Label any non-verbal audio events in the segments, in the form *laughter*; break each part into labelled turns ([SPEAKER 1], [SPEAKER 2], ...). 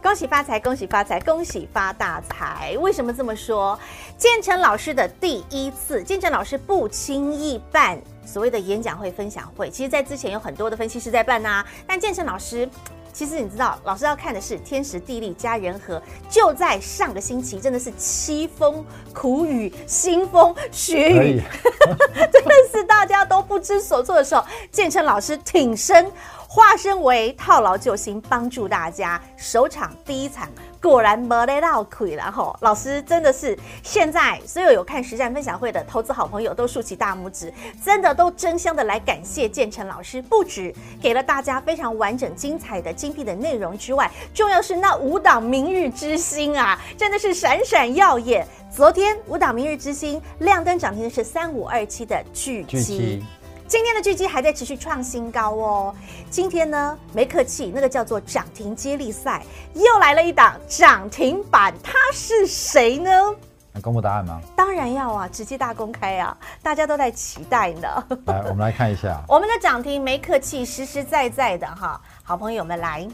[SPEAKER 1] 恭喜发财，恭喜发财，恭喜发大财！为什么这么说？建成老师的第一次，建成老师不轻易办所谓的演讲会、分享会。其实，在之前有很多的分析师在办呐、但建成老师，其实你知道，老师要看的是天时地利加人和。就在上个星期，真的是凄风苦雨、腥风血
[SPEAKER 2] 可
[SPEAKER 1] 雨
[SPEAKER 2] 以，，
[SPEAKER 1] *laughs* 真的是大家都不知所措的时候，建成老师挺身化身为套牢救星，帮助大家。首场第一场果然没得到亏了吼，老师真的是现在所有有看实战分享会的投资好朋友都竖起大拇指，真的都争相的来感谢建成老师，不止给了大家非常完整、精彩的、精辟的内容之外，重要是那五档明日之星啊，真的是闪闪耀眼。昨天五档明日之星亮灯涨停的是三五二七的巨
[SPEAKER 2] 巨
[SPEAKER 1] 基
[SPEAKER 2] 期。
[SPEAKER 1] 今天的巨基还在持续创新高哦。今天呢，没客气，那个叫做涨停接力赛又来了一档涨停板，它是谁呢？
[SPEAKER 2] 那公布答案吗？ *laughs*
[SPEAKER 1] 当然要啊，直接大公开啊，大家都在期待呢。
[SPEAKER 2] 来，我们来看一下
[SPEAKER 1] 我们的涨停没客气，实实在在的哈，好朋友们来，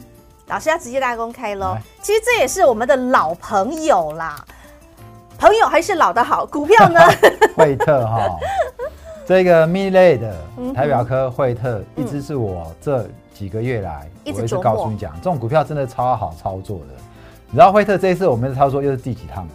[SPEAKER 1] 老师要直接大公开喽
[SPEAKER 2] 来。
[SPEAKER 1] 其实这也是我们的老朋友啦，朋友还是老的好，股票
[SPEAKER 2] *laughs*
[SPEAKER 1] 呢？
[SPEAKER 2] 惠特哈，这个 m i l a 的
[SPEAKER 1] 嗯
[SPEAKER 2] 台表科惠特，一直是我这几个月来，
[SPEAKER 1] 嗯一直
[SPEAKER 2] 我一直
[SPEAKER 1] 琢磨
[SPEAKER 2] 告诉你讲，这种股票真的超好操作的。你知道惠特这一次我们的操作又是第几趟了？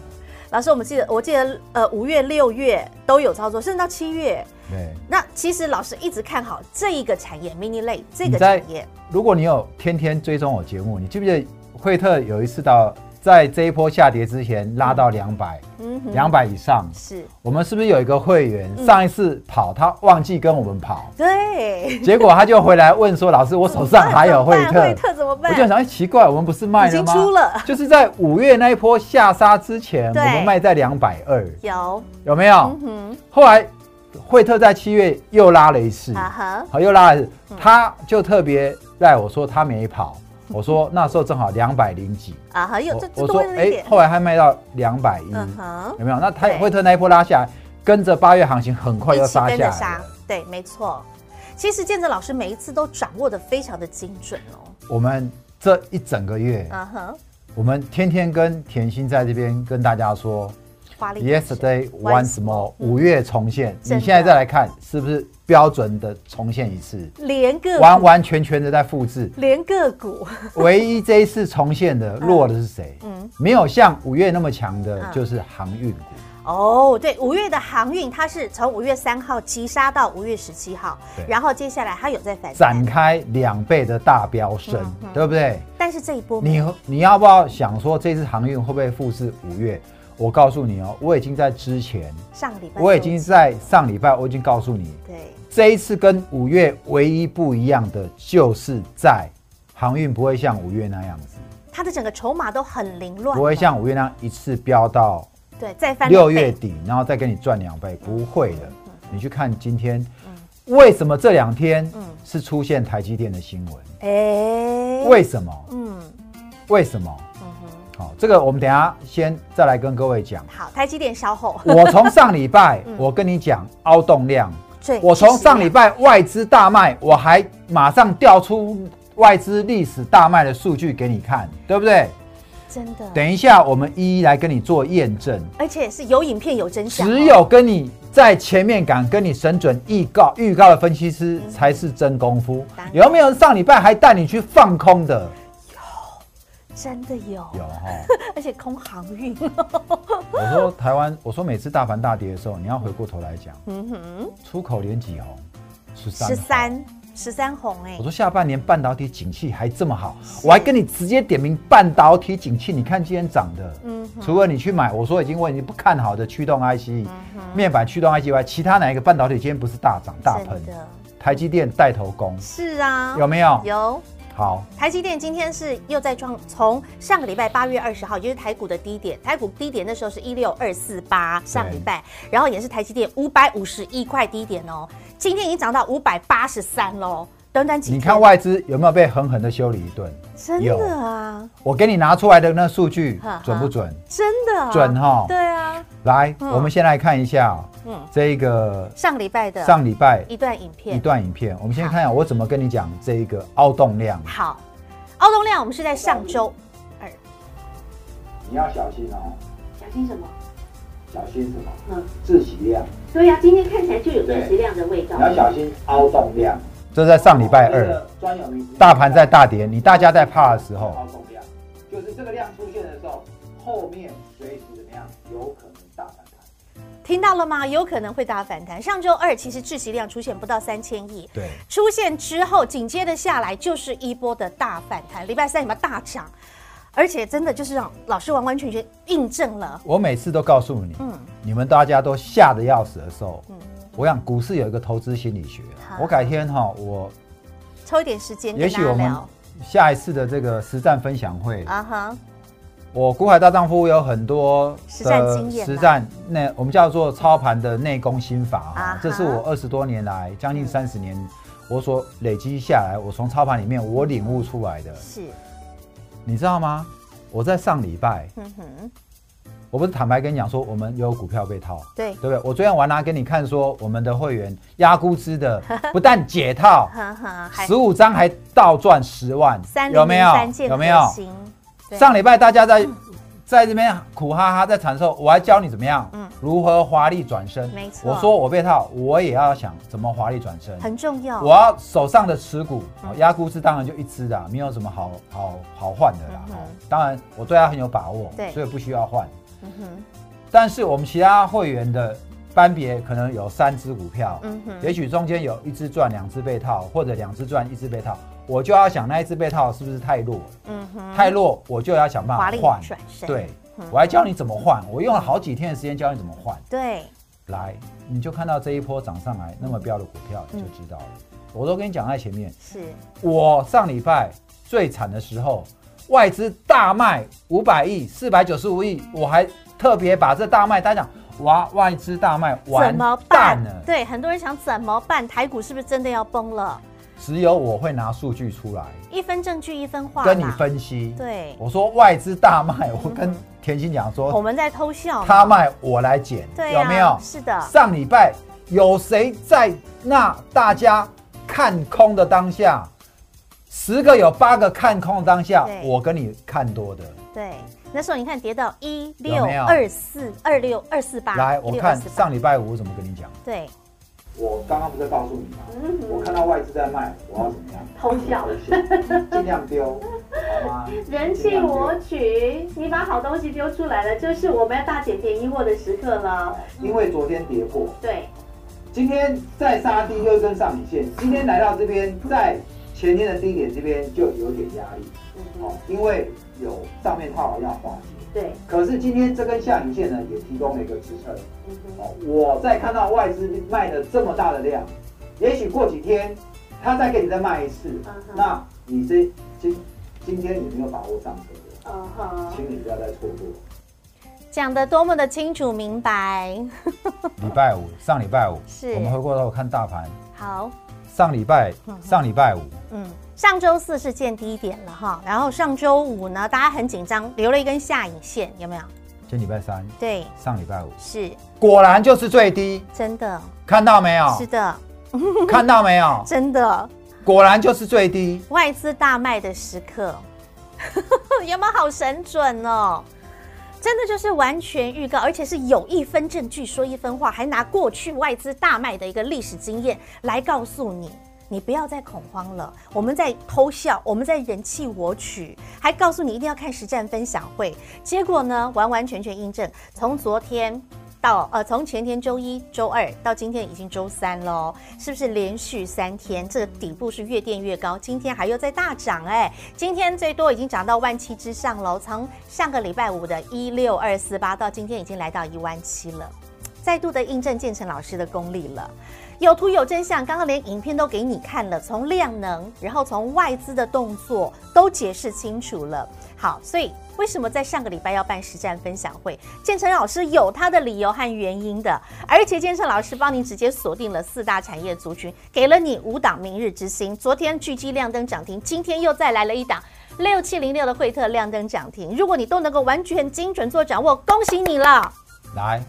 [SPEAKER 1] 老师，我们记得，我记得，呃，五月、六月都有操作，甚至到七月。
[SPEAKER 2] 对，
[SPEAKER 1] 那其实老师一直看好这一个产业，mini 类这个
[SPEAKER 2] 你在
[SPEAKER 1] 产业，
[SPEAKER 2] 如果你有天天追踪我节目，你记不记得惠特有一次到在这一波下跌之前拉到两百、
[SPEAKER 1] 嗯哼
[SPEAKER 2] 两百以上，
[SPEAKER 1] 是
[SPEAKER 2] 我们是不是有一个会员
[SPEAKER 1] 嗯
[SPEAKER 2] 上一次跑他忘记跟我们跑？
[SPEAKER 1] *laughs* 对。
[SPEAKER 2] 结果他就回来问说：“老师，我手上还有惠
[SPEAKER 1] *laughs* 怎么办惠
[SPEAKER 2] 特。
[SPEAKER 1] 特怎么”
[SPEAKER 2] 我
[SPEAKER 1] 办？
[SPEAKER 2] 就想，哎，奇怪，我们不是卖
[SPEAKER 1] 已
[SPEAKER 2] 了
[SPEAKER 1] 经
[SPEAKER 2] 吗？
[SPEAKER 1] 出了
[SPEAKER 2] 就是在五月那一波下杀之前，我
[SPEAKER 1] 对
[SPEAKER 2] 们卖在两百二，
[SPEAKER 1] 有，
[SPEAKER 2] 有没有
[SPEAKER 1] 嗯？哼，
[SPEAKER 2] 后来惠特在七月又拉了一次，
[SPEAKER 1] 啊嗯哈，
[SPEAKER 2] 好，又拉了一次，他就特别赖我说他没
[SPEAKER 1] *laughs*
[SPEAKER 2] 跑，我说那时候正好两百零几，
[SPEAKER 1] 啊哈，又
[SPEAKER 2] 我
[SPEAKER 1] 这这
[SPEAKER 2] 我
[SPEAKER 1] 多
[SPEAKER 2] 说
[SPEAKER 1] 了一
[SPEAKER 2] 哎
[SPEAKER 1] 点，，
[SPEAKER 2] 后来他卖到两百一，
[SPEAKER 1] 嗯哼，
[SPEAKER 2] 有没有？那他
[SPEAKER 1] 对
[SPEAKER 2] 惠特那一波拉下来，跟着八月行情很快
[SPEAKER 1] 一
[SPEAKER 2] 又
[SPEAKER 1] 起
[SPEAKER 2] 杀
[SPEAKER 1] 跟
[SPEAKER 2] 下
[SPEAKER 1] 着
[SPEAKER 2] 来
[SPEAKER 1] 杀
[SPEAKER 2] 了。，
[SPEAKER 1] 对，没错。其实建泽老师每一次都掌握的非常的精准哦，
[SPEAKER 2] 我们这一整个月，
[SPEAKER 1] 嗯哼，
[SPEAKER 2] 我们天天跟甜心在这边跟大家说
[SPEAKER 1] 华丽人生
[SPEAKER 2] ，Yesterday once more，五月重现。你
[SPEAKER 1] 真的
[SPEAKER 2] 现在再来看，是不是标准的重现一次？
[SPEAKER 1] 连个股，
[SPEAKER 2] 完完全全的在复制
[SPEAKER 1] *laughs* 连个股，
[SPEAKER 2] 唯一这一次重现的弱的是谁？
[SPEAKER 1] 嗯
[SPEAKER 2] 没有像五月那么强的
[SPEAKER 1] 嗯，
[SPEAKER 2] 就是航运股。
[SPEAKER 1] 哦，对，五月的航运它是从五月三号急杀到五月十七号
[SPEAKER 2] 对，
[SPEAKER 1] 然后接下来它有在反
[SPEAKER 2] 展
[SPEAKER 1] 弹，
[SPEAKER 2] 开两倍的大飙升，
[SPEAKER 1] 嗯
[SPEAKER 2] 对不对？
[SPEAKER 1] 但是这一波没
[SPEAKER 2] 你你要不要想说这次航运会不会复制五月？我告诉你哦，我已经在之前，
[SPEAKER 1] 上个礼拜
[SPEAKER 2] 我已
[SPEAKER 1] 就
[SPEAKER 2] 经在上礼拜我已经告诉你，
[SPEAKER 1] 对
[SPEAKER 2] 这一次跟五月唯一不一样的，就是在航运不会像五月那样子，
[SPEAKER 1] 它的整个筹码都很凌乱，
[SPEAKER 2] 不会像五月那样一次飙到
[SPEAKER 1] 对再翻
[SPEAKER 2] 六
[SPEAKER 1] 两倍
[SPEAKER 2] 月底，然后再给你赚两倍，不会的。你去看今天，为什么这两天
[SPEAKER 1] 嗯
[SPEAKER 2] 是出现台积电的新闻？
[SPEAKER 1] 哎，
[SPEAKER 2] 为什么？
[SPEAKER 1] 嗯
[SPEAKER 2] 为什么？
[SPEAKER 1] 嗯哼，
[SPEAKER 2] 好，这个我们等一下先再来跟各位讲。
[SPEAKER 1] 好，台积电稍后，
[SPEAKER 2] 我从上礼拜
[SPEAKER 1] 嗯
[SPEAKER 2] 我跟你讲凹动量，
[SPEAKER 1] 对，
[SPEAKER 2] 我从上
[SPEAKER 1] 就是
[SPEAKER 2] 礼拜外资大卖，我还马上调出外资历史大卖的数据给你看，对不对？
[SPEAKER 1] 真的，
[SPEAKER 2] 等一下我们一一来跟你做验证，
[SPEAKER 1] 而且是有影片有真相哦，
[SPEAKER 2] 只有跟你在前面敢跟你神准预告预告的分析师才是真功夫
[SPEAKER 1] 当。然
[SPEAKER 2] 有没有人上礼拜还带你去放空的？
[SPEAKER 1] 真的有，
[SPEAKER 2] 有哈、
[SPEAKER 1] 而且空航运，
[SPEAKER 2] 我说台湾，我说每次大盘大跌的时候，你要回过头来讲，
[SPEAKER 1] 嗯哼，
[SPEAKER 2] 出口连几红，十三
[SPEAKER 1] 十三十三红哎
[SPEAKER 2] 我，说下半年半导体景气还这么好，我还跟你直接点名半导体景气，你看今天涨的，
[SPEAKER 1] 嗯
[SPEAKER 2] 除了你去买，我说已经为你不看好的驱动 IC、面板驱动 IC 以外，其他哪一个半导体今天不是大涨大喷
[SPEAKER 1] 真？的
[SPEAKER 2] 台积电带头攻，
[SPEAKER 1] 是啊，
[SPEAKER 2] 有没有？
[SPEAKER 1] 有，
[SPEAKER 2] 好，
[SPEAKER 1] 台积电今天是又在创，从上个礼拜八月二十号，也就是台股的低点，台股低点那时候是一六二四八，上礼拜，然后也是台积电五百五十一块低点哦，今天已经涨到五百八十三喽，短短几
[SPEAKER 2] 你
[SPEAKER 1] 天
[SPEAKER 2] 看外资有没有被狠狠的修理一顿？
[SPEAKER 1] 真
[SPEAKER 2] 有
[SPEAKER 1] 的啊，
[SPEAKER 2] 我给你拿出来的那数据
[SPEAKER 1] 哈哈
[SPEAKER 2] 准不准？
[SPEAKER 1] 真的啊
[SPEAKER 2] 准哈
[SPEAKER 1] 对啊，
[SPEAKER 2] 来，
[SPEAKER 1] 嗯
[SPEAKER 2] 我们先来看一下哦
[SPEAKER 1] 嗯，
[SPEAKER 2] 这个
[SPEAKER 1] 上礼拜的
[SPEAKER 2] 上礼拜
[SPEAKER 1] 一段影片，
[SPEAKER 2] 一段影片，我们先看一下我怎么跟你讲这一个凹动量，
[SPEAKER 1] 好，凹动量我们是在上周二，
[SPEAKER 2] 你要小心哦，
[SPEAKER 3] 小心什么？
[SPEAKER 2] 小心什么？
[SPEAKER 3] 嗯，
[SPEAKER 2] 自习量，
[SPEAKER 3] 对呀、今天看起来就有
[SPEAKER 2] 对
[SPEAKER 3] 正食量的味道。
[SPEAKER 2] 小心凹动量。这在上礼拜哎二，
[SPEAKER 4] 专有名词
[SPEAKER 2] 大盘在大跌，你大家在怕的时候
[SPEAKER 4] 高，总量，就是这个量出现的时候，后面随时怎么样，有可能大反弹。
[SPEAKER 1] 听到了吗？有可能会大反弹。上周二其实窒息量出现不到三千亿，
[SPEAKER 2] 对，
[SPEAKER 1] 出现之后，紧接着下来就是一波的大反弹。礼拜三有没有大涨？而且真的就是让老师完完全全印证了，
[SPEAKER 2] 我每次都告诉你，
[SPEAKER 1] 嗯
[SPEAKER 2] 你们大家都吓得要死的时候
[SPEAKER 1] 嗯，
[SPEAKER 2] 我想股市有一个投资心理学啊
[SPEAKER 1] 好，
[SPEAKER 2] 我改天哈，我
[SPEAKER 1] 抽一点时间
[SPEAKER 2] 也
[SPEAKER 1] 跟
[SPEAKER 2] 许
[SPEAKER 1] 大家
[SPEAKER 2] 我们
[SPEAKER 1] 聊
[SPEAKER 2] 下一次的这个实战分享会，
[SPEAKER 1] 啊哈，
[SPEAKER 2] 我股海大丈夫有很多
[SPEAKER 1] 实战经验啊
[SPEAKER 2] 实战内我们叫做操盘的内功心法
[SPEAKER 1] 啊哈
[SPEAKER 2] 啊，这是我二十多年来将近三十年我所累积下来，我从操盘里面我领悟出来的，
[SPEAKER 1] 是，
[SPEAKER 2] 你知道吗？我在上礼拜，
[SPEAKER 1] 嗯哼，
[SPEAKER 2] 我不是坦白跟你讲说我们有股票被套，
[SPEAKER 1] 对
[SPEAKER 2] 对不对？我昨天我还拿给你看说我们的会员压估值
[SPEAKER 1] *laughs*
[SPEAKER 2] 的不但解套，
[SPEAKER 1] 哈哈，还
[SPEAKER 2] 十五张还倒赚十万，
[SPEAKER 1] 三
[SPEAKER 2] 有没有
[SPEAKER 1] 三？件
[SPEAKER 2] 有没有
[SPEAKER 1] 核？心对
[SPEAKER 2] 上礼拜大家在在这边苦哈哈在惨受，我还教你怎么样，
[SPEAKER 1] 嗯
[SPEAKER 2] 如何华丽转身。
[SPEAKER 1] 没错
[SPEAKER 2] 我说我被套，我也要想怎么华丽转身。
[SPEAKER 1] 很嗯重要，
[SPEAKER 2] 我要手上的持股，哦压估值当然就一只啦，没有什么好好好换的啦
[SPEAKER 1] 嗯。哼
[SPEAKER 2] 哦当然我对它很有把握
[SPEAKER 1] 对，
[SPEAKER 2] 所以不需要换。
[SPEAKER 1] 嗯哼，
[SPEAKER 2] 但是我们其他会员的班别可能有三只股票，
[SPEAKER 1] 嗯哼
[SPEAKER 2] 也许中间有一只赚，两只被套，或者两只赚，一只被套，我就要想那一只被套是不是太弱了，
[SPEAKER 1] 嗯哼，
[SPEAKER 2] 太弱我就要想办
[SPEAKER 1] 华
[SPEAKER 2] 法
[SPEAKER 1] 丽
[SPEAKER 2] 换。
[SPEAKER 1] 转身，
[SPEAKER 2] 对
[SPEAKER 1] 嗯，
[SPEAKER 2] 我还教你怎么换，我用了好几天的时间教你怎么换。
[SPEAKER 1] 对，
[SPEAKER 2] 来，你就看到这一波涨上来那么
[SPEAKER 1] 嗯
[SPEAKER 2] 标的股票，你就知道了。我都跟你讲在前面，
[SPEAKER 1] 是，
[SPEAKER 2] 我上礼拜最惨的时候，外资大卖五百亿、四百九十五亿，我还特别把这大卖，大家讲哇，外资大卖
[SPEAKER 1] 怎
[SPEAKER 2] 完
[SPEAKER 1] 么办
[SPEAKER 2] 蛋了？。
[SPEAKER 1] 对，很多人想怎么办？台股是不是真的要崩了？
[SPEAKER 2] 只有我会拿数据出来
[SPEAKER 1] 一分证据一分话，
[SPEAKER 2] 跟你，分析。
[SPEAKER 1] 对，
[SPEAKER 2] 我说外资大卖，我跟田心讲
[SPEAKER 1] 我
[SPEAKER 2] 说，
[SPEAKER 1] 们在偷笑嘛，
[SPEAKER 2] 他卖我来捡，
[SPEAKER 1] 对啊
[SPEAKER 2] 有没有？
[SPEAKER 1] 是的，
[SPEAKER 2] 上礼拜有谁在那大家看空的当下，十个有八个看空的当下
[SPEAKER 1] 对，
[SPEAKER 2] 我跟你看多的。
[SPEAKER 1] 对，那时候你看跌到一六
[SPEAKER 2] 有没有
[SPEAKER 1] 二四二六二四八，
[SPEAKER 2] 来，我看
[SPEAKER 1] 1628
[SPEAKER 2] 上礼拜五我怎么跟你讲？
[SPEAKER 1] 对，
[SPEAKER 4] 我刚刚不是告诉你吗？
[SPEAKER 3] 嗯
[SPEAKER 4] 我看到外资在卖，我要怎么样？
[SPEAKER 3] 偷笑
[SPEAKER 4] 了， *laughs* 尽量丢，好吗？
[SPEAKER 3] 人
[SPEAKER 4] 尽
[SPEAKER 3] 气
[SPEAKER 4] 量丢
[SPEAKER 3] 我取，你把好东西丢出来了，就是我们要大捡便宜货的时刻了。
[SPEAKER 4] 因为昨天跌破，
[SPEAKER 3] 对，
[SPEAKER 4] 今天再杀低就跟上影线，今天来到这边，在前天的低点这边就有点压力，
[SPEAKER 3] 嗯哼，
[SPEAKER 4] 哦，因为有上面套牢要化解，
[SPEAKER 3] 对，
[SPEAKER 4] 可是今天这根下影线呢，也提供了一个支撑。
[SPEAKER 3] 嗯哼，
[SPEAKER 4] 哦，我在看到外资卖的这么大的量，也许过几天他再给你再卖一次，
[SPEAKER 3] 嗯哼
[SPEAKER 4] 那你这今今天你没有把握上车的，
[SPEAKER 3] 嗯哼，
[SPEAKER 1] 哦
[SPEAKER 4] 请你不要再错过。
[SPEAKER 1] 讲的多么的清楚明白，
[SPEAKER 2] 礼拜五，上礼拜五，
[SPEAKER 1] 是
[SPEAKER 2] 我们回过头看大盘，
[SPEAKER 1] 好，
[SPEAKER 2] 上礼拜
[SPEAKER 1] 嗯哼，
[SPEAKER 2] 上礼拜五，
[SPEAKER 1] 嗯，上周四是见低点了哈，然后上周五呢，大家很紧张，留了一根下影线，有没有？
[SPEAKER 2] 今礼拜三，
[SPEAKER 1] 对，
[SPEAKER 2] 上礼拜五，
[SPEAKER 1] 是
[SPEAKER 2] 果然就是最低，
[SPEAKER 1] 真的，
[SPEAKER 2] 看到没有
[SPEAKER 1] 是？的，
[SPEAKER 2] 看到没有？
[SPEAKER 1] 真的，
[SPEAKER 2] 果然就是最低。
[SPEAKER 1] 外资大卖的时刻， *laughs* 有没有好神准哦？真的就是完全预告，而且是有一分证据说一分话，还拿过去外资大卖的一个历史经验来告诉你，你不要再恐慌了。我们在偷笑，我们在人气我取，还告诉你一定要看实战分享会。结果呢，完完全全印证，从昨天。到呃，从前天周一、周二到今天已经周三喽，是不是连续三天？这个底部是越垫越高，今天还又在大涨哎、今天最多已经涨到万七之上喽，从上个礼拜五的一六二四八到今天已经来到一万七了，再度的印证建成老师的功力了。有图有真相。刚刚连影片都给你看了，从量能，然后从外资的动作都解释清楚了。好，所以为什么在上个礼拜要办实战分享会？建成老师有他的理由和原因的，而且建成老师帮您直接锁定了四大产业族群，给了你五档明日之星。昨天巨基亮灯涨停，今天又再来了一档。六七零六的惠特亮灯涨停，如果你都能够完全精准做掌握，恭喜你了。
[SPEAKER 2] 来，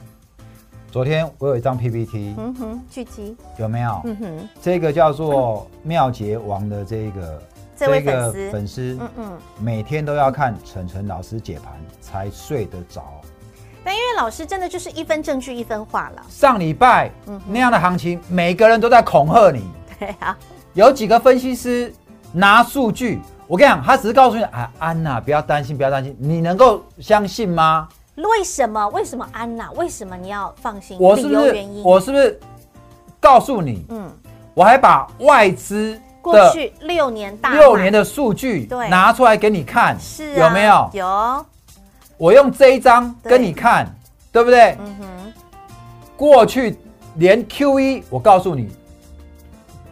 [SPEAKER 2] 昨天我有一张 PPT，、
[SPEAKER 1] 嗯哼，巨基，
[SPEAKER 2] 有没有？
[SPEAKER 1] 嗯哼，
[SPEAKER 2] 这个叫做妙杰王的这个
[SPEAKER 1] 这位
[SPEAKER 2] 个
[SPEAKER 1] 粉丝
[SPEAKER 2] 粉丝，
[SPEAKER 1] 嗯嗯。
[SPEAKER 2] 每天都要看晨晨老师解盘才睡得着。
[SPEAKER 1] 但因为老师真的就是一分证据一分话了，
[SPEAKER 2] 上礼拜
[SPEAKER 1] 嗯哼
[SPEAKER 2] 那样的行情，每个人都在恐
[SPEAKER 1] *laughs*
[SPEAKER 2] 吓你。
[SPEAKER 1] 对啊，
[SPEAKER 2] 有几个分析师拿数据，我跟你讲，他只是告诉你，啊，安娜，不要担心，不要担心，你能够相信吗？
[SPEAKER 1] 为什么？为什么安娜？为什么你要放心？
[SPEAKER 2] 我是
[SPEAKER 1] 嗯理
[SPEAKER 2] 不
[SPEAKER 1] 由
[SPEAKER 2] 是
[SPEAKER 1] 原因？
[SPEAKER 2] 我是不是告诉你？
[SPEAKER 1] 嗯，
[SPEAKER 2] 我还把外资
[SPEAKER 1] 过
[SPEAKER 2] 的
[SPEAKER 1] 去六年大
[SPEAKER 2] 六年
[SPEAKER 1] 的
[SPEAKER 2] 的数据
[SPEAKER 1] 对
[SPEAKER 2] 拿出来给你看，
[SPEAKER 1] 是、啊、
[SPEAKER 2] 有没有？
[SPEAKER 1] 有，
[SPEAKER 2] 我用这一张
[SPEAKER 1] 对
[SPEAKER 2] 跟你看，对不对？
[SPEAKER 1] 嗯哼，
[SPEAKER 2] 过去连 Q 一，我告诉你，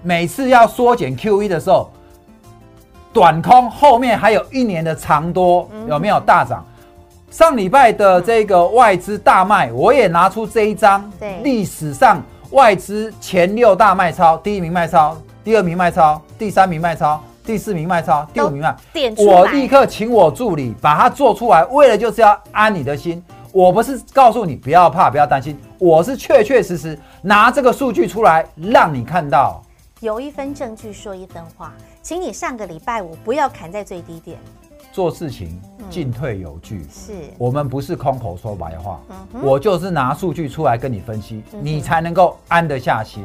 [SPEAKER 2] 每次要缩减 Q 一的时候，短空后面还有一年的长多，
[SPEAKER 1] 嗯
[SPEAKER 2] 有没有大涨？上礼拜的这个外资大卖，我也拿出这一张
[SPEAKER 1] 嗯对
[SPEAKER 2] 历史上外资前六大卖超，第一名卖超，第二名卖超，第三名卖超，第四名卖超，第五名卖。
[SPEAKER 1] 点出
[SPEAKER 2] 啊我
[SPEAKER 1] 来，
[SPEAKER 2] 立刻请我助理把它做出来，为了就是要安你的心。我不是告诉你不要怕，不要担心，我是确确实实拿这个数据出来让你看到。
[SPEAKER 1] 有一分证据说一分话，请你上个礼拜五不要砍在最低点，
[SPEAKER 2] 做事情进退有据，
[SPEAKER 1] 是，
[SPEAKER 2] 我们不是空口说白话，
[SPEAKER 1] 嗯哼。
[SPEAKER 2] 我就是拿数据出来跟你分析，
[SPEAKER 1] 嗯哼
[SPEAKER 2] 你才能够安得下心。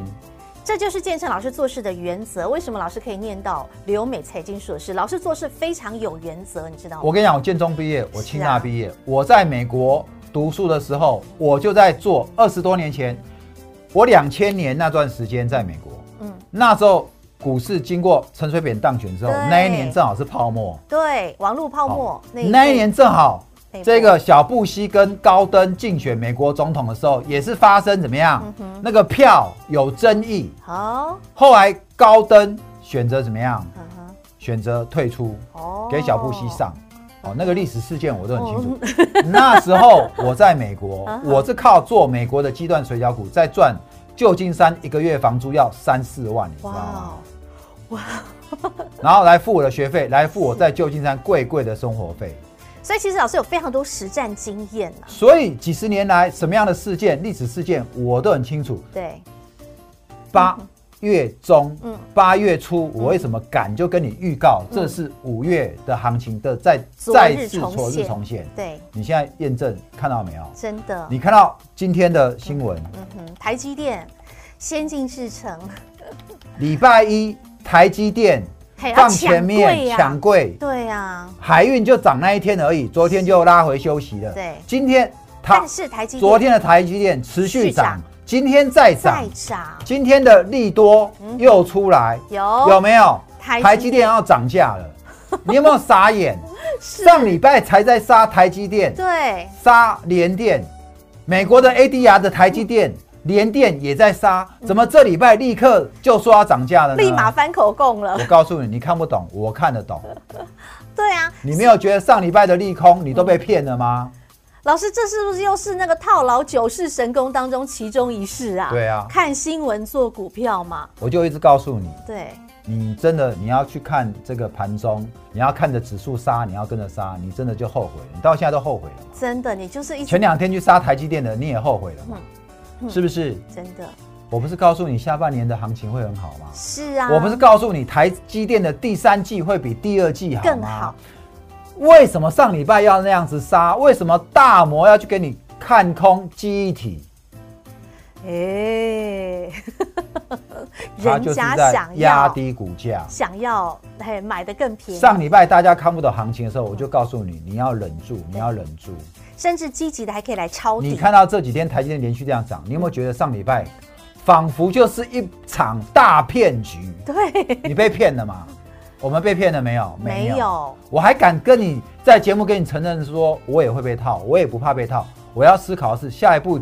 [SPEAKER 1] 这就是建成老师做事的原则。为什么老师可以念到留美财经硕士？老师做事非常有原则，你知道吗？
[SPEAKER 2] 我跟你讲，我建中毕业，我清
[SPEAKER 1] 是啊
[SPEAKER 2] 大毕业，我在美国读书的时候，我就在做。二十多年前，我两千年那段时间在美国，
[SPEAKER 1] 嗯，
[SPEAKER 2] 那时候股市经过陈水扁当选之后，
[SPEAKER 1] 对
[SPEAKER 2] 那一年正好是泡沫，
[SPEAKER 1] 对，网络泡沫、
[SPEAKER 2] 哦那一年正好
[SPEAKER 1] 那一波
[SPEAKER 2] 这个小布希跟高登竞选美国总统的时候，也是发生怎么样？
[SPEAKER 1] 嗯
[SPEAKER 2] 那个票有争议，
[SPEAKER 1] 好，
[SPEAKER 2] 后来高登选择怎么样？
[SPEAKER 1] 嗯哼，
[SPEAKER 2] 选择退出，
[SPEAKER 1] 哦
[SPEAKER 2] 给小布希上。哦，那个历史事件我都很清楚。
[SPEAKER 1] 哦
[SPEAKER 2] *laughs* 那时候我在美
[SPEAKER 1] *laughs*
[SPEAKER 2] 国
[SPEAKER 1] 嗯，哼
[SPEAKER 2] 我是靠做美国的鸡蛋水饺股在赚旧金山一个月房租要三四万，
[SPEAKER 1] 哦
[SPEAKER 2] 你知道吗？哇！然后来付我的学费，来付我在旧金山贵贵的生活费。
[SPEAKER 1] 所以其实老师有非常多实战经验啊呐、
[SPEAKER 2] 所以几十年来，什么样的事件、历史事件我都很清楚。
[SPEAKER 1] 对，
[SPEAKER 2] 八月中
[SPEAKER 1] 嗯，
[SPEAKER 2] 八月初，我为什么敢就跟你预告，这是五月的行情的再
[SPEAKER 1] 昨
[SPEAKER 2] 再
[SPEAKER 1] 日
[SPEAKER 2] 次
[SPEAKER 1] 重
[SPEAKER 2] 昨日
[SPEAKER 1] 现
[SPEAKER 2] 重现？
[SPEAKER 1] 对，
[SPEAKER 2] 你现在验证看到没有？
[SPEAKER 1] 真的。
[SPEAKER 2] 你看到今天的新闻，
[SPEAKER 1] 嗯哼，台积电、先进制程， *laughs*
[SPEAKER 2] 礼拜一台积电
[SPEAKER 1] 嘿
[SPEAKER 2] 放前面抢
[SPEAKER 1] 抢哎贵
[SPEAKER 2] 柜
[SPEAKER 1] 呀，，对啊，
[SPEAKER 2] 海运就涨那一天而已，昨天就拉回休息了。
[SPEAKER 1] 对
[SPEAKER 2] 今天它
[SPEAKER 1] 但是台积电
[SPEAKER 2] 昨天的台积电持续
[SPEAKER 1] 续涨
[SPEAKER 2] 涨，今天再涨
[SPEAKER 1] 再，涨，
[SPEAKER 2] 今天的利多
[SPEAKER 1] 嗯
[SPEAKER 2] 又出来，
[SPEAKER 1] 有
[SPEAKER 2] 有没有？
[SPEAKER 1] 台积
[SPEAKER 2] 台积电要涨价了，你有没有
[SPEAKER 1] *laughs*
[SPEAKER 2] 傻眼？上礼拜才在杀台积电，
[SPEAKER 1] 对，
[SPEAKER 2] 杀联电，美国的 ADR 的台积电、联电也在杀，怎么这礼拜立刻就说要涨价了呢？
[SPEAKER 1] 立马！翻口供了
[SPEAKER 2] 我，告诉你，你看不懂，我看得懂。
[SPEAKER 1] 对啊，
[SPEAKER 2] 你没有觉得上礼拜的利空你都被骗了吗？
[SPEAKER 1] 老师，这是不是又是那个套牢九式神功当中其中一式啊？
[SPEAKER 2] 对啊
[SPEAKER 1] 看新闻做股票嘛，
[SPEAKER 2] 我就一直告诉你，
[SPEAKER 1] 对，
[SPEAKER 2] 你真的你要去看这个盘中，你要看着指数杀，你要跟着杀，你真的就后悔了。你到现在都后悔了嘛？
[SPEAKER 1] 真的，你就是一直
[SPEAKER 2] 前两天去杀台积电的你也后悔了嘛？
[SPEAKER 1] 嗯
[SPEAKER 2] 是不是？
[SPEAKER 1] 真的
[SPEAKER 2] 我不是告诉你下半年的行情会很好吗？
[SPEAKER 1] 是啊，
[SPEAKER 2] 我不是告诉你台积电的第三季会比第二季好吗
[SPEAKER 1] 更好。
[SPEAKER 2] 为什么上礼拜要那样子杀？为什么大摩要去给你看空记忆体？
[SPEAKER 1] 哎、
[SPEAKER 2] 它
[SPEAKER 1] *laughs* 人
[SPEAKER 2] 就是
[SPEAKER 1] 家
[SPEAKER 2] 在
[SPEAKER 1] 想
[SPEAKER 2] 压
[SPEAKER 1] 要
[SPEAKER 2] 低股价。
[SPEAKER 1] 想要嘿买的更便宜，
[SPEAKER 2] 上礼拜大家看不懂行情的时候，我就告诉你，你要忍住，你要忍住。
[SPEAKER 1] 甚至积极的还可以来抄底。
[SPEAKER 2] 你看到这几天台积电连续这样涨，你有没有觉得上礼拜仿佛就是一场大骗局？
[SPEAKER 1] 对，
[SPEAKER 2] 你被骗了吗？我们被骗了没有？
[SPEAKER 1] 没有
[SPEAKER 2] 我还敢跟你在节目跟你承认说，我也会被套，我也不怕被套。我要思考的是下一步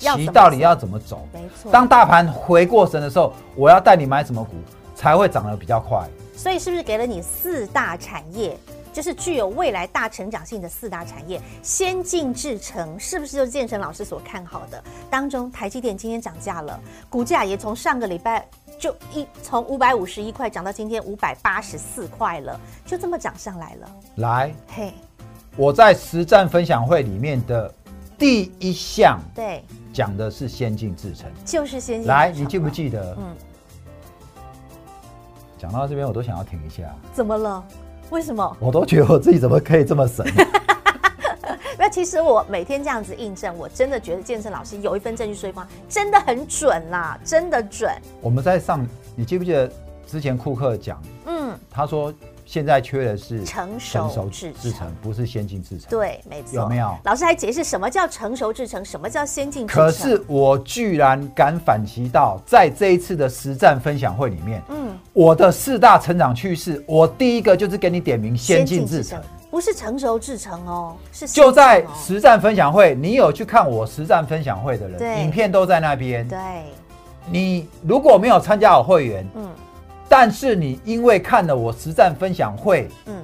[SPEAKER 1] 要
[SPEAKER 2] 棋
[SPEAKER 1] 怎么
[SPEAKER 2] 到底
[SPEAKER 1] 走
[SPEAKER 2] 要怎么走？
[SPEAKER 1] 没错。
[SPEAKER 2] 当大盘回过神的时候，我要带你买什么股才会涨得比较快？
[SPEAKER 1] 所以是不是给了你四大产业，就是具有未来大成长性的四大产业？先进制程是不是就是建成老师所看好的？当中，台积电今天涨价了，股价也从上个礼拜就一从五百五十一块涨到今天五百八十四块了，就这么涨上来了。
[SPEAKER 2] 来，
[SPEAKER 1] 嘿，
[SPEAKER 2] 我在实战分享会里面的第一项
[SPEAKER 1] 对，
[SPEAKER 2] 讲的是先进制程。
[SPEAKER 1] 就是先进制程嘛。
[SPEAKER 2] 来，你记不记得？
[SPEAKER 1] 嗯
[SPEAKER 2] 讲到这边，我都想要停一下，
[SPEAKER 1] 怎么了？为什么？
[SPEAKER 2] 我都觉得我自己怎么可以这么
[SPEAKER 1] *laughs*
[SPEAKER 2] 神？
[SPEAKER 1] 那其实我每天这样子印证，我真的觉得健身老师有一份证据说方真的很准啦，真的准。
[SPEAKER 2] 我们在上，你记不记得之前库克讲，
[SPEAKER 1] 嗯，
[SPEAKER 2] 他说现在缺的是
[SPEAKER 1] 成熟制程
[SPEAKER 2] 制程，不是先进制程。。
[SPEAKER 1] 对，没错。
[SPEAKER 2] 有没有
[SPEAKER 1] 老师还解释什么叫成熟制程，什么叫先进制程？
[SPEAKER 2] 可是，我居然敢反其道，在这一次的实战分享会里面，
[SPEAKER 1] 嗯，
[SPEAKER 2] 我的四大成长趋势，我第一个就是给你点名先进制程。
[SPEAKER 1] 不是成熟制程哦，是先进
[SPEAKER 2] 就在
[SPEAKER 1] 哦
[SPEAKER 2] 实战分享会，你有去看我实战分享会的
[SPEAKER 1] 对
[SPEAKER 2] 人，影片都在那边。
[SPEAKER 1] 对，
[SPEAKER 2] 你如果没有参加我会员，
[SPEAKER 1] 嗯
[SPEAKER 2] 但是你因为看了我实战分享会，
[SPEAKER 1] 嗯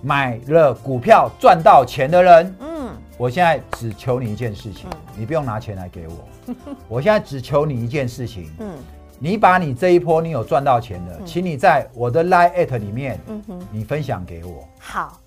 [SPEAKER 2] 买了股票赚到钱的人，
[SPEAKER 1] 嗯，
[SPEAKER 2] 我现在只求你一件事情
[SPEAKER 1] 嗯，
[SPEAKER 2] 你不用拿钱来给我， *laughs* 我现在只求你一件事情，
[SPEAKER 1] 嗯
[SPEAKER 2] 你把你这一波你有赚到钱的，请你在我的 Line at 里面，
[SPEAKER 1] 嗯哼，
[SPEAKER 2] 你分享给我，
[SPEAKER 1] 好，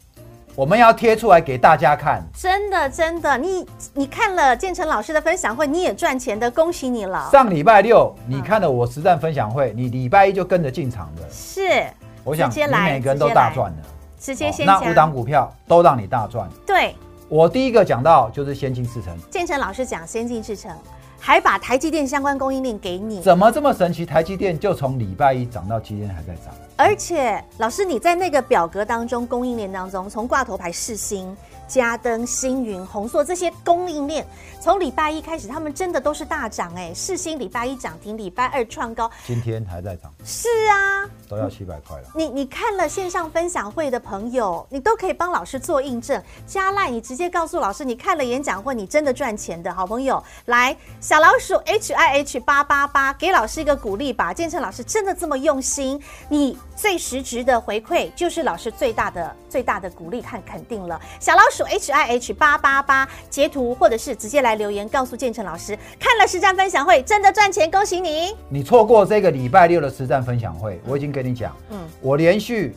[SPEAKER 2] 我们要贴出来给大家看。
[SPEAKER 1] 真的真的，你你看了建成老师的分享会，你也赚钱的，恭喜你了。
[SPEAKER 2] 上礼拜六
[SPEAKER 1] 嗯
[SPEAKER 2] 你看了我实战分享会，你礼拜一就跟着进场的，
[SPEAKER 1] 是，
[SPEAKER 2] 我想
[SPEAKER 1] 直
[SPEAKER 2] 你
[SPEAKER 1] 接来
[SPEAKER 2] 每个人都大赚了。
[SPEAKER 1] 直接先
[SPEAKER 2] 哦那五档
[SPEAKER 1] 讲。
[SPEAKER 2] 股票都让你大赚。
[SPEAKER 1] 对，
[SPEAKER 2] 我第一个讲到就是先进制程，
[SPEAKER 1] 建成老师讲先进制程，还把台积电相关供应链给你。
[SPEAKER 2] 怎么这么神奇？台积电就从礼拜一涨到今天还在涨。
[SPEAKER 1] 而且，老师你在那个表格当中，供应链当中，从挂头牌世新、嘉登、星云、宏硕这些供应链，从礼拜一开始，他们真的都是大涨哎、世新礼拜一涨停，礼拜二创高。
[SPEAKER 2] 今天还在涨，
[SPEAKER 1] 是啊，
[SPEAKER 2] 都要七百块了。
[SPEAKER 1] 你你看了线上分享会的朋友，你都可以帮老师做印证。加赖，你直接告诉老师，你看了演讲会，你真的赚钱的好朋友，来小老鼠 H I H 八八八，给老师一个鼓励吧。建成老师真的这么用心，你最实质的回馈就是老师最大的最大的鼓励和肯定了。小老鼠 H I H 八八八，截图或者是直接来留言告诉建成老师，看了实战分享会真的赚钱，恭喜你。
[SPEAKER 2] 你错过这个礼拜六的实战分享会，我已经跟你讲，
[SPEAKER 1] 嗯，
[SPEAKER 2] 我连续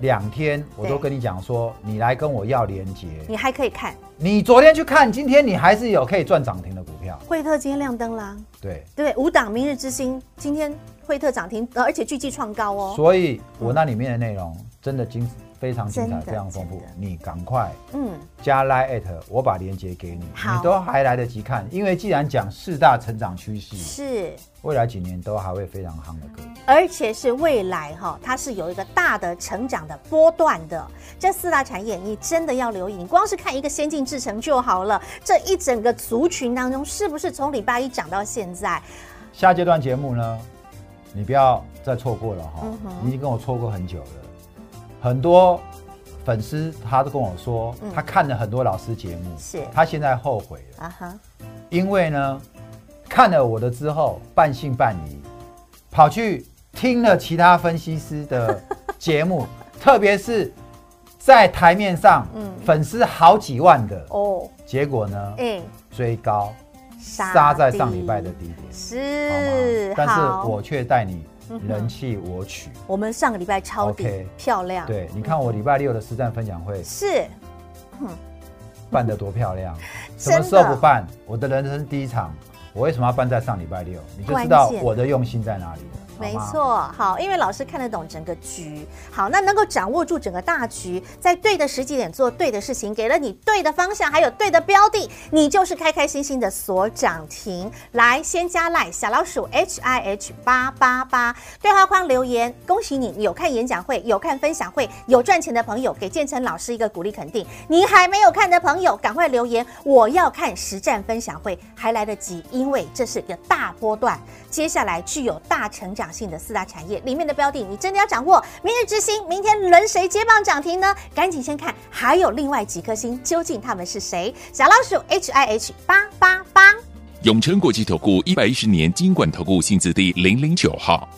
[SPEAKER 2] 两天我都
[SPEAKER 1] 对
[SPEAKER 2] 跟你讲说，你来跟我要连接。
[SPEAKER 1] 你还可以看
[SPEAKER 2] 你昨天去看，今天你还是有可以赚涨停的股票。
[SPEAKER 1] 惠特今天亮灯啦。
[SPEAKER 2] 对，
[SPEAKER 1] 对，五档明日之星今天惠特涨停，呃而且巨季创高哦。
[SPEAKER 2] 所以我那里面的内容真的精非常精彩，
[SPEAKER 1] 真的
[SPEAKER 2] 非常丰富
[SPEAKER 1] 真的。
[SPEAKER 2] 你赶快
[SPEAKER 1] 嗯，
[SPEAKER 2] 加 Line at，我把链接给你，
[SPEAKER 1] 好
[SPEAKER 2] 你都还来得及看，因为既然讲四大成长趋势，
[SPEAKER 1] 是，
[SPEAKER 2] 未来几年都还会非常夯的歌。
[SPEAKER 1] 而且是未来哈、它是有一个大的成长的波段的。这四大产业你真的要留意，你光是看一个先进制程就好了。这一整个族群当中，是不是从礼拜一涨到现在？
[SPEAKER 2] 下阶段节目呢，你不要再错过了哈、
[SPEAKER 1] 嗯哼
[SPEAKER 2] 你已经跟我错过很久了。很多粉丝他都跟我说，
[SPEAKER 1] 嗯
[SPEAKER 2] 他看了很多老师节目，
[SPEAKER 1] 是
[SPEAKER 2] 他现在后悔了，
[SPEAKER 1] 啊哈，
[SPEAKER 2] 因为呢，看了我的之后半信半疑，跑去听了其他分析师的
[SPEAKER 1] *laughs*
[SPEAKER 2] 节目，特别是在台面上，
[SPEAKER 1] 嗯
[SPEAKER 2] 粉丝好几万的，
[SPEAKER 1] 哦，
[SPEAKER 2] 结果呢，
[SPEAKER 1] 哎，
[SPEAKER 2] 追高
[SPEAKER 1] 杀
[SPEAKER 2] 杀在上
[SPEAKER 1] 地
[SPEAKER 2] 礼拜的低点。
[SPEAKER 1] 是，
[SPEAKER 2] 但
[SPEAKER 1] 好嗯
[SPEAKER 2] 是我却带你
[SPEAKER 1] 嗯哼
[SPEAKER 2] 人气我取。
[SPEAKER 1] 我们上个礼拜抄底
[SPEAKER 2] OK
[SPEAKER 1] 漂亮，
[SPEAKER 2] 对，你看我礼拜六的实战分享会
[SPEAKER 1] 是
[SPEAKER 2] 办得多漂
[SPEAKER 1] *laughs*
[SPEAKER 2] 亮，什
[SPEAKER 1] 真的
[SPEAKER 2] 么时候不办？我的人生第一场，我为什么要办在上礼拜六？你就知道
[SPEAKER 1] 关键
[SPEAKER 2] 我的用心在哪里了。
[SPEAKER 1] 没
[SPEAKER 2] 好吗，
[SPEAKER 1] 错，好，因为老师看得懂整个局，好，那能够掌握住整个大局，在对的时机点做对的事情，给了你对的方向，还有对的标的，你就是开开心心的锁涨停。来，先加赖小老鼠 H I H 八八八对话框留言，恭喜你，你有看演讲会，有看分享会，有赚钱的朋友，给建成老师一个鼓励肯定。您还没有看的朋友，赶快留言，我要看实战分享会，还来得及，因为这是一个大波段。接下来具有大成长性的四大产业里面的标的，你真的要掌握。明日之星，明天轮谁接棒涨停呢？赶紧先看还有另外几颗星，究竟他们是谁？小老鼠 H I H 八八八。
[SPEAKER 5] 永诚国际投顾一百一十年金管投顾性质第零零九号。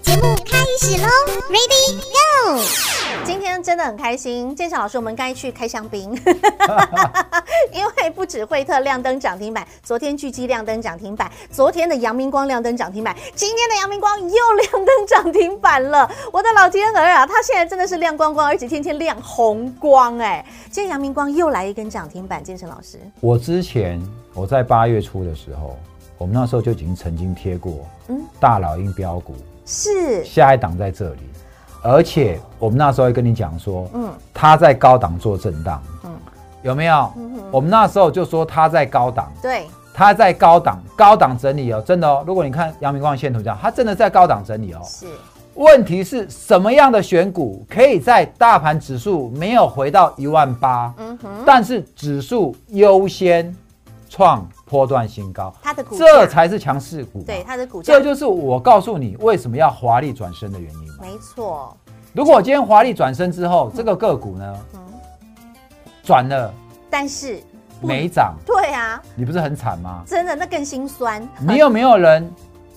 [SPEAKER 6] 节目开始喽，Ready Go！
[SPEAKER 1] 今天真的很开心，建强老师，我们该去开香槟， *laughs* 因为不止惠特亮灯涨停板，昨天巨基亮灯涨停板，昨天的阳明光亮灯涨停板，今天的阳明光又亮灯涨停板了。我的老天儿啊，它现在真的是亮光光，而且天天亮红光哎、今天阳明光又来一根涨停板，建成老师，
[SPEAKER 2] 我之前我在八月初的时候，我们那时候就已经曾经贴过，
[SPEAKER 1] 嗯
[SPEAKER 2] 大老鹰标股
[SPEAKER 1] 是
[SPEAKER 2] 下一档在这里，而且我们那时候也跟你讲说，
[SPEAKER 1] 嗯
[SPEAKER 2] 嗯，它在高档做震荡，
[SPEAKER 1] 嗯
[SPEAKER 2] 嗯，有没有？我们那时候就说它在高档，
[SPEAKER 1] 对，
[SPEAKER 2] 它在高档，高档整理哦，真的哦。如果你看阳明光的线图这样，它真的在高档整理哦。
[SPEAKER 1] 是
[SPEAKER 2] 问题是什么样的选股可以在大盘指数没有回到一万八，
[SPEAKER 1] 嗯哼，
[SPEAKER 2] 但是指数优先创波段新高，
[SPEAKER 1] 它的股价
[SPEAKER 2] 这才是强势股嘛。
[SPEAKER 1] 对它的股价
[SPEAKER 2] 这就是我告诉你为什么要华丽转身的原因嘛。
[SPEAKER 1] 没错，
[SPEAKER 2] 如果今天华丽转身之后，这个个股呢
[SPEAKER 1] 嗯，
[SPEAKER 2] 转了
[SPEAKER 1] 但是不
[SPEAKER 2] 没涨，
[SPEAKER 1] 对啊，
[SPEAKER 2] 你不是很惨吗？
[SPEAKER 1] 真的那更心酸，
[SPEAKER 2] 你有没有人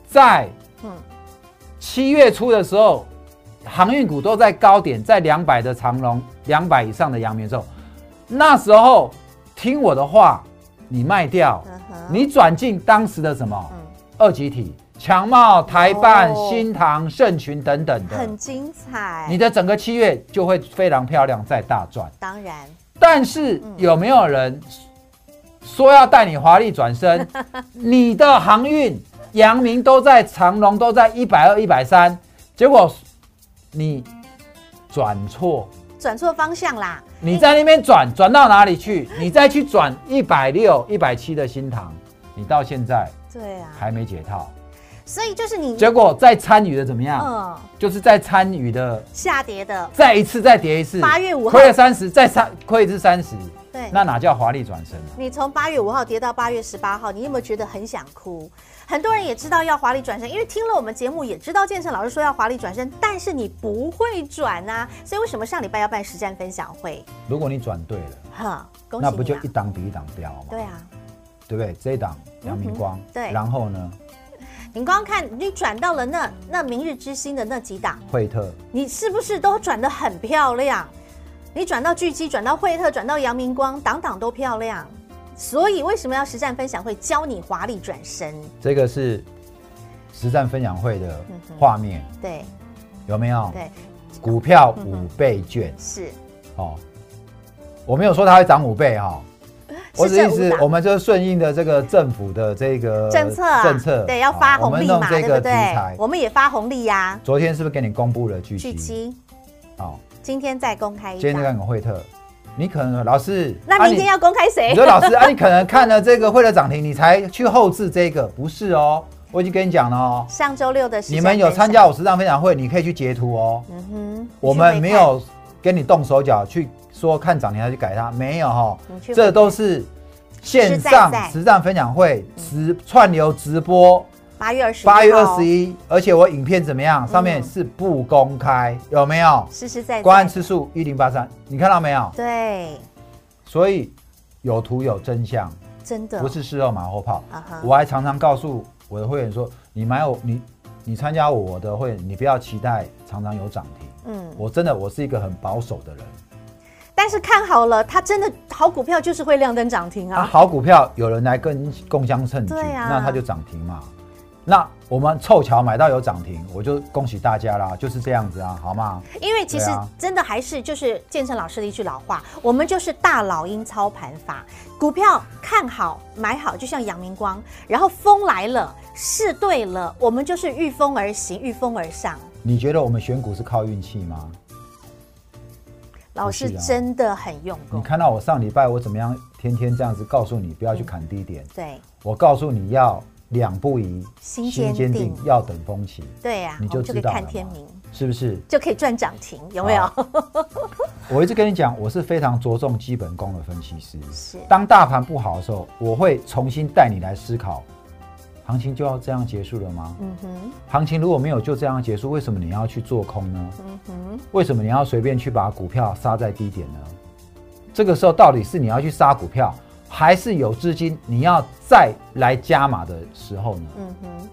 [SPEAKER 2] 在
[SPEAKER 1] 嗯
[SPEAKER 2] 七月初的时候，航运股都在高点，在两百的长龙、两百以上的阳明的时候，那时候听我的话，你卖掉，
[SPEAKER 1] 嗯哼，
[SPEAKER 2] 你转进当时的什么
[SPEAKER 1] 嗯
[SPEAKER 2] 二级体、强茂、台办、
[SPEAKER 1] 哦
[SPEAKER 2] 新唐、盛群等等的
[SPEAKER 1] 很，精彩，
[SPEAKER 2] 你的整个七月就会非常漂亮，再大赚。
[SPEAKER 1] 当然
[SPEAKER 2] 但是
[SPEAKER 1] 嗯
[SPEAKER 2] 有没有人说要带你华丽
[SPEAKER 1] *laughs*
[SPEAKER 2] 转身？你的航运、阳明都在长隆，都在一百二、一百三，结果你转错，
[SPEAKER 1] 转错方向啦，
[SPEAKER 2] 你在那边转转到哪里去？你再去转一百六、一百七的新塘，你到现在
[SPEAKER 1] 对啊，
[SPEAKER 2] 还没解套，
[SPEAKER 1] 所以就是你
[SPEAKER 2] 结果再参与的怎么样？
[SPEAKER 1] 嗯
[SPEAKER 2] 就是在参与的
[SPEAKER 1] 下跌的，
[SPEAKER 2] 再一次再跌一次，
[SPEAKER 1] 8月5号
[SPEAKER 2] 亏了三十，再三亏一次三十，
[SPEAKER 1] 对，
[SPEAKER 2] 那哪叫华丽转身啊？
[SPEAKER 1] 你从八月五号跌到八月十八号，你有没有觉得很想哭？很多人也知道要华丽转身，因为听了我们节目也知道健身老师说要华丽转身，但是你不会转啊，所以为什么上礼拜要办实战分享会？
[SPEAKER 2] 如果你转对了。
[SPEAKER 1] 哈，恭喜
[SPEAKER 2] 那
[SPEAKER 1] 你、啊！
[SPEAKER 2] 不就一档比一档飙嘛？
[SPEAKER 1] 对啊，
[SPEAKER 2] 对不对？这一档阳明光，
[SPEAKER 1] 嗯哼对
[SPEAKER 2] 然后呢，
[SPEAKER 1] 你光看你转到了那那明日之星的那几档，
[SPEAKER 2] 惠特，
[SPEAKER 1] 你是不是都转得很漂亮？你转到巨基，转到惠特，转到阳明光，档档都漂亮。所以为什么要实战分享会教你华丽转身？
[SPEAKER 2] 这个是实战分享会的画面，
[SPEAKER 1] 对
[SPEAKER 2] 有没有？
[SPEAKER 1] 对，
[SPEAKER 2] 股票
[SPEAKER 1] 嗯
[SPEAKER 2] 五倍券
[SPEAKER 1] 是
[SPEAKER 2] 哦，我没有说它会涨五倍哈、我只
[SPEAKER 1] 这
[SPEAKER 2] 是意
[SPEAKER 1] 五
[SPEAKER 2] 思
[SPEAKER 1] 档，
[SPEAKER 2] 我们就是顺应的这个政府的这个
[SPEAKER 1] 政策啊，
[SPEAKER 2] 政策，
[SPEAKER 1] 对，要
[SPEAKER 2] 哦
[SPEAKER 1] 发
[SPEAKER 2] 我
[SPEAKER 1] 红
[SPEAKER 2] 们
[SPEAKER 1] 利
[SPEAKER 2] 弄
[SPEAKER 1] 嘛，
[SPEAKER 2] 这
[SPEAKER 1] 对不
[SPEAKER 2] 个题
[SPEAKER 1] 对
[SPEAKER 2] 材？
[SPEAKER 1] 我，们也发红利呀、
[SPEAKER 2] 昨天是不是给你公布了巨
[SPEAKER 1] 巨
[SPEAKER 2] 基？
[SPEAKER 1] 基
[SPEAKER 2] 好，
[SPEAKER 1] 今天再公开一
[SPEAKER 2] 今
[SPEAKER 1] 档，
[SPEAKER 2] 天看个惠特，你可能老师，
[SPEAKER 1] 那
[SPEAKER 2] 啊
[SPEAKER 1] 明天
[SPEAKER 2] 你
[SPEAKER 1] 要公开谁
[SPEAKER 2] 你？说老师啊，你可能看了这个会了涨停，你才去后置这个，不是哦，我已经跟你讲了哦。
[SPEAKER 1] 上周六的实
[SPEAKER 2] 你
[SPEAKER 1] 战
[SPEAKER 2] 们有
[SPEAKER 1] 分
[SPEAKER 2] 参
[SPEAKER 1] 享
[SPEAKER 2] 加我实战分享会，你可以去截图哦。
[SPEAKER 1] 嗯哼，
[SPEAKER 2] 我
[SPEAKER 1] 你去
[SPEAKER 2] 们
[SPEAKER 1] 回
[SPEAKER 2] 没
[SPEAKER 1] 看，
[SPEAKER 2] 有跟你动手脚去说看涨停要去改它，没有哈、
[SPEAKER 1] 你去
[SPEAKER 2] 这
[SPEAKER 1] 回
[SPEAKER 2] 都是线上
[SPEAKER 1] 实在在
[SPEAKER 2] 实战分享会直串流直播，
[SPEAKER 1] 八月二十，
[SPEAKER 2] 八月二十，一，而且我影片怎么样？上面
[SPEAKER 1] 嗯
[SPEAKER 2] 是不公开，有没有？
[SPEAKER 1] 实实在在，
[SPEAKER 2] 观看次数一零八三，你看到没有？
[SPEAKER 1] 对，
[SPEAKER 2] 所以有图有真相。
[SPEAKER 1] 真的
[SPEAKER 2] 不是事后马后炮。
[SPEAKER 1] 啊哈
[SPEAKER 2] 我还常常告诉我的会员说，你买我你你参加我的会员，你不要期待常常有涨停。
[SPEAKER 1] 嗯，
[SPEAKER 2] 我真的我是一个很保守的人，
[SPEAKER 1] 但是看好了，它真的好股票就是会亮灯涨停
[SPEAKER 2] 啊，
[SPEAKER 1] 啊，
[SPEAKER 2] 好股票有人来跟共襄盛举，
[SPEAKER 1] 对啊
[SPEAKER 2] 那它就涨停嘛。那我们凑巧买到有涨停，我就恭喜大家啦，就是这样子啊，好吗？
[SPEAKER 1] 因为其实
[SPEAKER 2] 对啊
[SPEAKER 1] 真的还是就是建成老师的一句老话，我们就是大老鹰操盘法，股票看好买好，就像阳明光，然后风来了，试对了，我们就是御风而行，御风而上。
[SPEAKER 2] 你觉得我们选股是靠运气吗？
[SPEAKER 1] 老师
[SPEAKER 2] 不是啊
[SPEAKER 1] 真的很用
[SPEAKER 2] 你
[SPEAKER 1] 功，
[SPEAKER 2] 看到我上礼拜我怎么样，天天这样子告诉你不要
[SPEAKER 1] 嗯
[SPEAKER 2] 去砍低点，
[SPEAKER 1] 对
[SPEAKER 2] 我告诉你要两不疑，
[SPEAKER 1] 心坚定
[SPEAKER 2] 要等风起。
[SPEAKER 1] 对呀、
[SPEAKER 2] 你
[SPEAKER 1] 我
[SPEAKER 2] 就
[SPEAKER 1] 们可
[SPEAKER 2] 知
[SPEAKER 1] 以
[SPEAKER 2] 道了
[SPEAKER 1] 看
[SPEAKER 2] 嘛
[SPEAKER 1] 天明，
[SPEAKER 2] 是不是？
[SPEAKER 1] 就可以赚涨停，有没有？
[SPEAKER 2] *laughs* 我一直跟你讲，我是非常着重基本功的分析师。
[SPEAKER 1] 是
[SPEAKER 2] 当大盘不好的时候，我会重新带你来思考，行情就要这样结束了吗？
[SPEAKER 1] 嗯哼，
[SPEAKER 2] 行情如果没有就这样结束，为什么你要去做空呢？
[SPEAKER 1] 嗯哼，
[SPEAKER 2] 为什么你要随便去把股票杀在低点呢？这个时候到底是你要去杀股票，还是有资金你要再来加码的时候呢，
[SPEAKER 1] 嗯哼，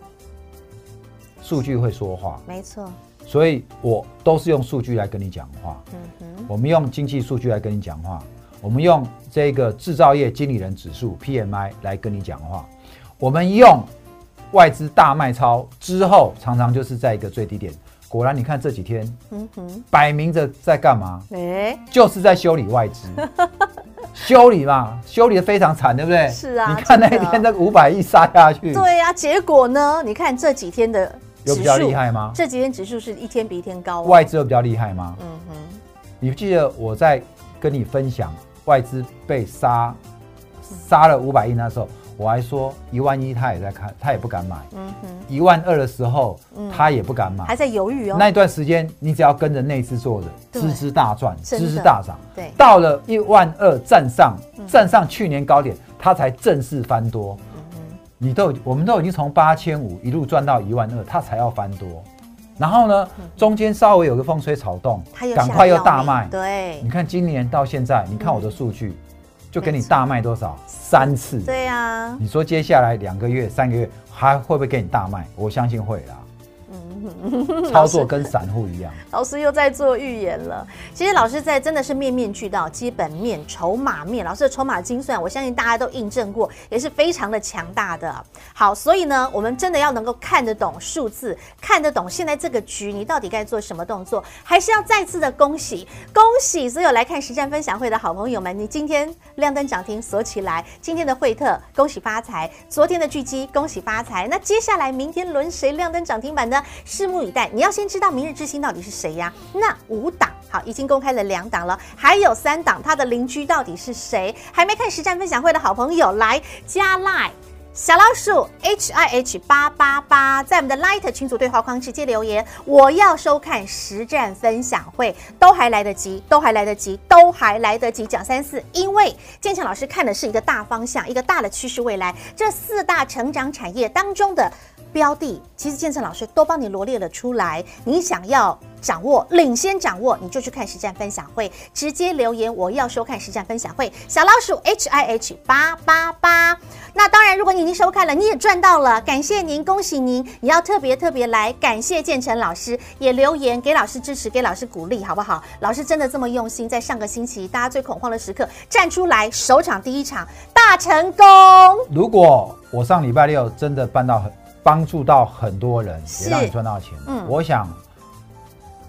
[SPEAKER 2] 数据会说话，
[SPEAKER 1] 没错，
[SPEAKER 2] 所以我都是用数据来跟你讲话。
[SPEAKER 1] 嗯哼，
[SPEAKER 2] 我们用经济数据来跟你讲话，我们用这个制造业经理人指数 PMI 来跟你讲话，我们用外资大卖超之后，常常就是在一个最低点。果然，你看这几天
[SPEAKER 1] 嗯哼，
[SPEAKER 2] 摆明着在干嘛？
[SPEAKER 1] 哎，
[SPEAKER 2] 就是在修理
[SPEAKER 1] *laughs*
[SPEAKER 2] 外资，修理嘛，修理的非常惨，对不对？
[SPEAKER 1] 是啊
[SPEAKER 2] 你看那一
[SPEAKER 1] 真的
[SPEAKER 2] 天那个五百亿杀下去，
[SPEAKER 1] 对呀、结果呢？你看这几天的指
[SPEAKER 2] 有
[SPEAKER 1] 数
[SPEAKER 2] 比较厉害吗
[SPEAKER 1] 这几天指数是一天比一天高、哦。
[SPEAKER 2] 外，资有比较厉害吗？
[SPEAKER 1] 嗯哼，
[SPEAKER 2] 你记得我在跟你分享外资被杀杀了五百亿那时候，我还说一万一他也在看，他也不敢买；
[SPEAKER 1] 嗯哼，
[SPEAKER 2] 一万二的时候
[SPEAKER 1] 嗯，
[SPEAKER 2] 他也不敢买。
[SPEAKER 1] 还在犹豫哦。
[SPEAKER 2] 那一段时间，你只要跟着内资做的，
[SPEAKER 1] 对
[SPEAKER 2] 支支大赚，
[SPEAKER 1] 真
[SPEAKER 2] 支
[SPEAKER 1] 的
[SPEAKER 2] 支大涨。
[SPEAKER 1] 对，
[SPEAKER 2] 到了一万二站上，站上去年高点，它才正式翻多。
[SPEAKER 1] 嗯
[SPEAKER 2] 你都已我们都已经从八千五一路赚到一万二，它才要翻多。然后呢，中间稍微有个风吹草动
[SPEAKER 1] 嗯他又，
[SPEAKER 2] 赶
[SPEAKER 1] 吓
[SPEAKER 2] 快又
[SPEAKER 1] 到
[SPEAKER 2] 大
[SPEAKER 1] 你
[SPEAKER 2] 卖。
[SPEAKER 1] 对
[SPEAKER 2] 你，看今年到现在，你看我的数据，就给
[SPEAKER 1] 没
[SPEAKER 2] 你
[SPEAKER 1] 错
[SPEAKER 2] 大卖多少？三次。
[SPEAKER 1] 嗯对啊，
[SPEAKER 2] 你说接下来两个月、三个月还会不会给你大卖？我相信会啦。
[SPEAKER 1] 嗯
[SPEAKER 2] 操作跟散户一样，
[SPEAKER 1] 老师又在做预言了。其实老师在真的是面面俱到，基本面、筹码面，老师的筹码精算，我相信大家都印证过，也是非常的强大的。好，所以呢，我们真的要能够看得懂数字，看得懂现在这个局你到底该做什么动作，还是要再次的恭喜恭喜所有来看实战分享会的好朋友们，你今天亮灯涨停锁起来，今天的惠特恭喜发财，昨天的巨基恭喜发财。那接下来明天轮谁亮灯涨停板呢？拭目以待。你要先知道明日之星到底是谁呀？那五档好，已经公开了两档了，还有三档，它的邻居到底是谁？还没看实战分享会的好朋友来加 line。小老鼠 H I H 八八八，在我们的 Light 群组对话框直接留言，我要收看实战分享会，都还来得及，都还来得及，都还来得及讲三四，因为建强老师看的是一个大方向，一个大的趋势未来，这四大成长产业当中的标的，其实建成老师都帮你罗列了出来。你想要掌握、领先掌握，你就去看实战分享会，直接留言我要收看实战分享会。小老鼠 H I H 八八八。那当然，如果你已经收看了，你也赚到了，感谢您，恭喜您！你要特别特别来感谢建成老师，也留言给老师支持，给老师鼓励，好不好？老师真的这么用心，在上个星期大家最恐慌的时刻站出来，首场第一场大成功。
[SPEAKER 2] 如果我上礼拜六真的办到很帮助到很多人，
[SPEAKER 1] 是
[SPEAKER 2] 也让你赚到钱，
[SPEAKER 1] 嗯
[SPEAKER 2] 我想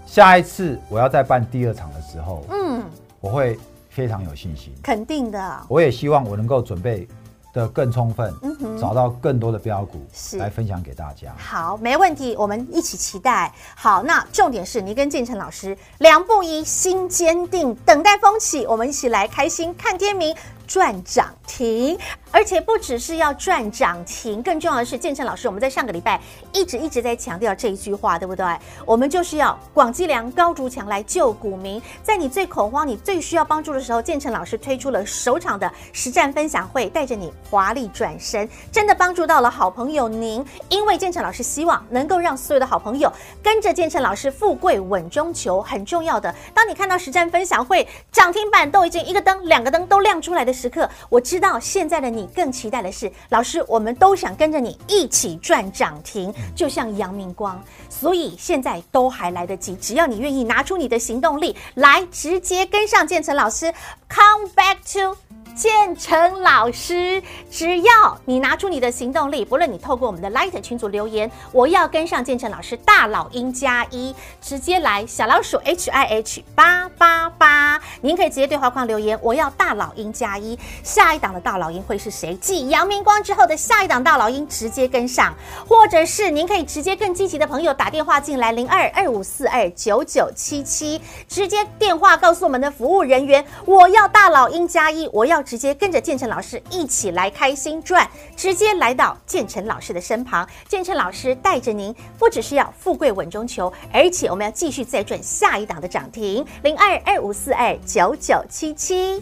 [SPEAKER 2] 下一次我要再办第二场的时候，
[SPEAKER 1] 嗯，
[SPEAKER 2] 我会非常有信心。
[SPEAKER 1] 肯定的，
[SPEAKER 2] 我也希望我能够准备的更充分，
[SPEAKER 1] 嗯哼
[SPEAKER 2] 找到更多的标股
[SPEAKER 1] 是
[SPEAKER 2] 来分享给大家。
[SPEAKER 1] 好，没问题，我们一起期待。好，那重点是你跟建成老师两步一心坚定，等待风起，我们一起来开心看天明。赚涨停，而且不只是要赚涨停，更重要的是，建成老师，我们在上个礼拜一直一直在强调这一句话，对不对？我们就是要广积粮、高筑墙来救股民。在你最恐慌、你最需要帮助的时候，建成老师推出了首场的实战分享会，带着你华丽转身，真的帮助到了好朋友您。因为建成老师希望能够让所有的好朋友跟着建成老师富贵稳中求，很重要的。当你看到实战分享会涨停板都已经一个灯、两个灯都亮出来的时刻，我知道现在的你更期待的是，老师，我们都想跟着你一起赚涨停，就像阳明光。所以现在都还来得及，只要你愿意拿出你的行动力来，直接跟上建成老师，come back to。建成老师，只要你拿出你的行动力，不论你透过我们的 Light 群组留言，我要跟上建成老师大老鹰加一，直接来小老鼠 H I H 八八八，您可以直接对话框留言，我要大老鹰加一，下一档的大老鹰会是谁？继阳明光之后的下一档大老鹰直接跟上，或者是您可以直接更积极的朋友打电话进来零二二五四二九九七七，直接电话告诉我们的服务人员，我要大老鹰加一，我要直接跟着建成老师一起来开心赚，直接来到建成老师的身旁，建成老师带着您，不只是要富贵稳中求，而且我们要继续再赚下一档的涨停零二二五四二九九七七。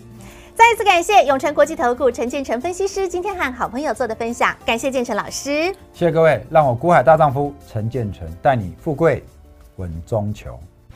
[SPEAKER 1] 再次感谢永诚国际投顾陈建成分析师今天和好朋友做的分享，感谢建成老师。
[SPEAKER 2] 谢谢各位，让我股海大丈夫陈建成带你富贵稳中求。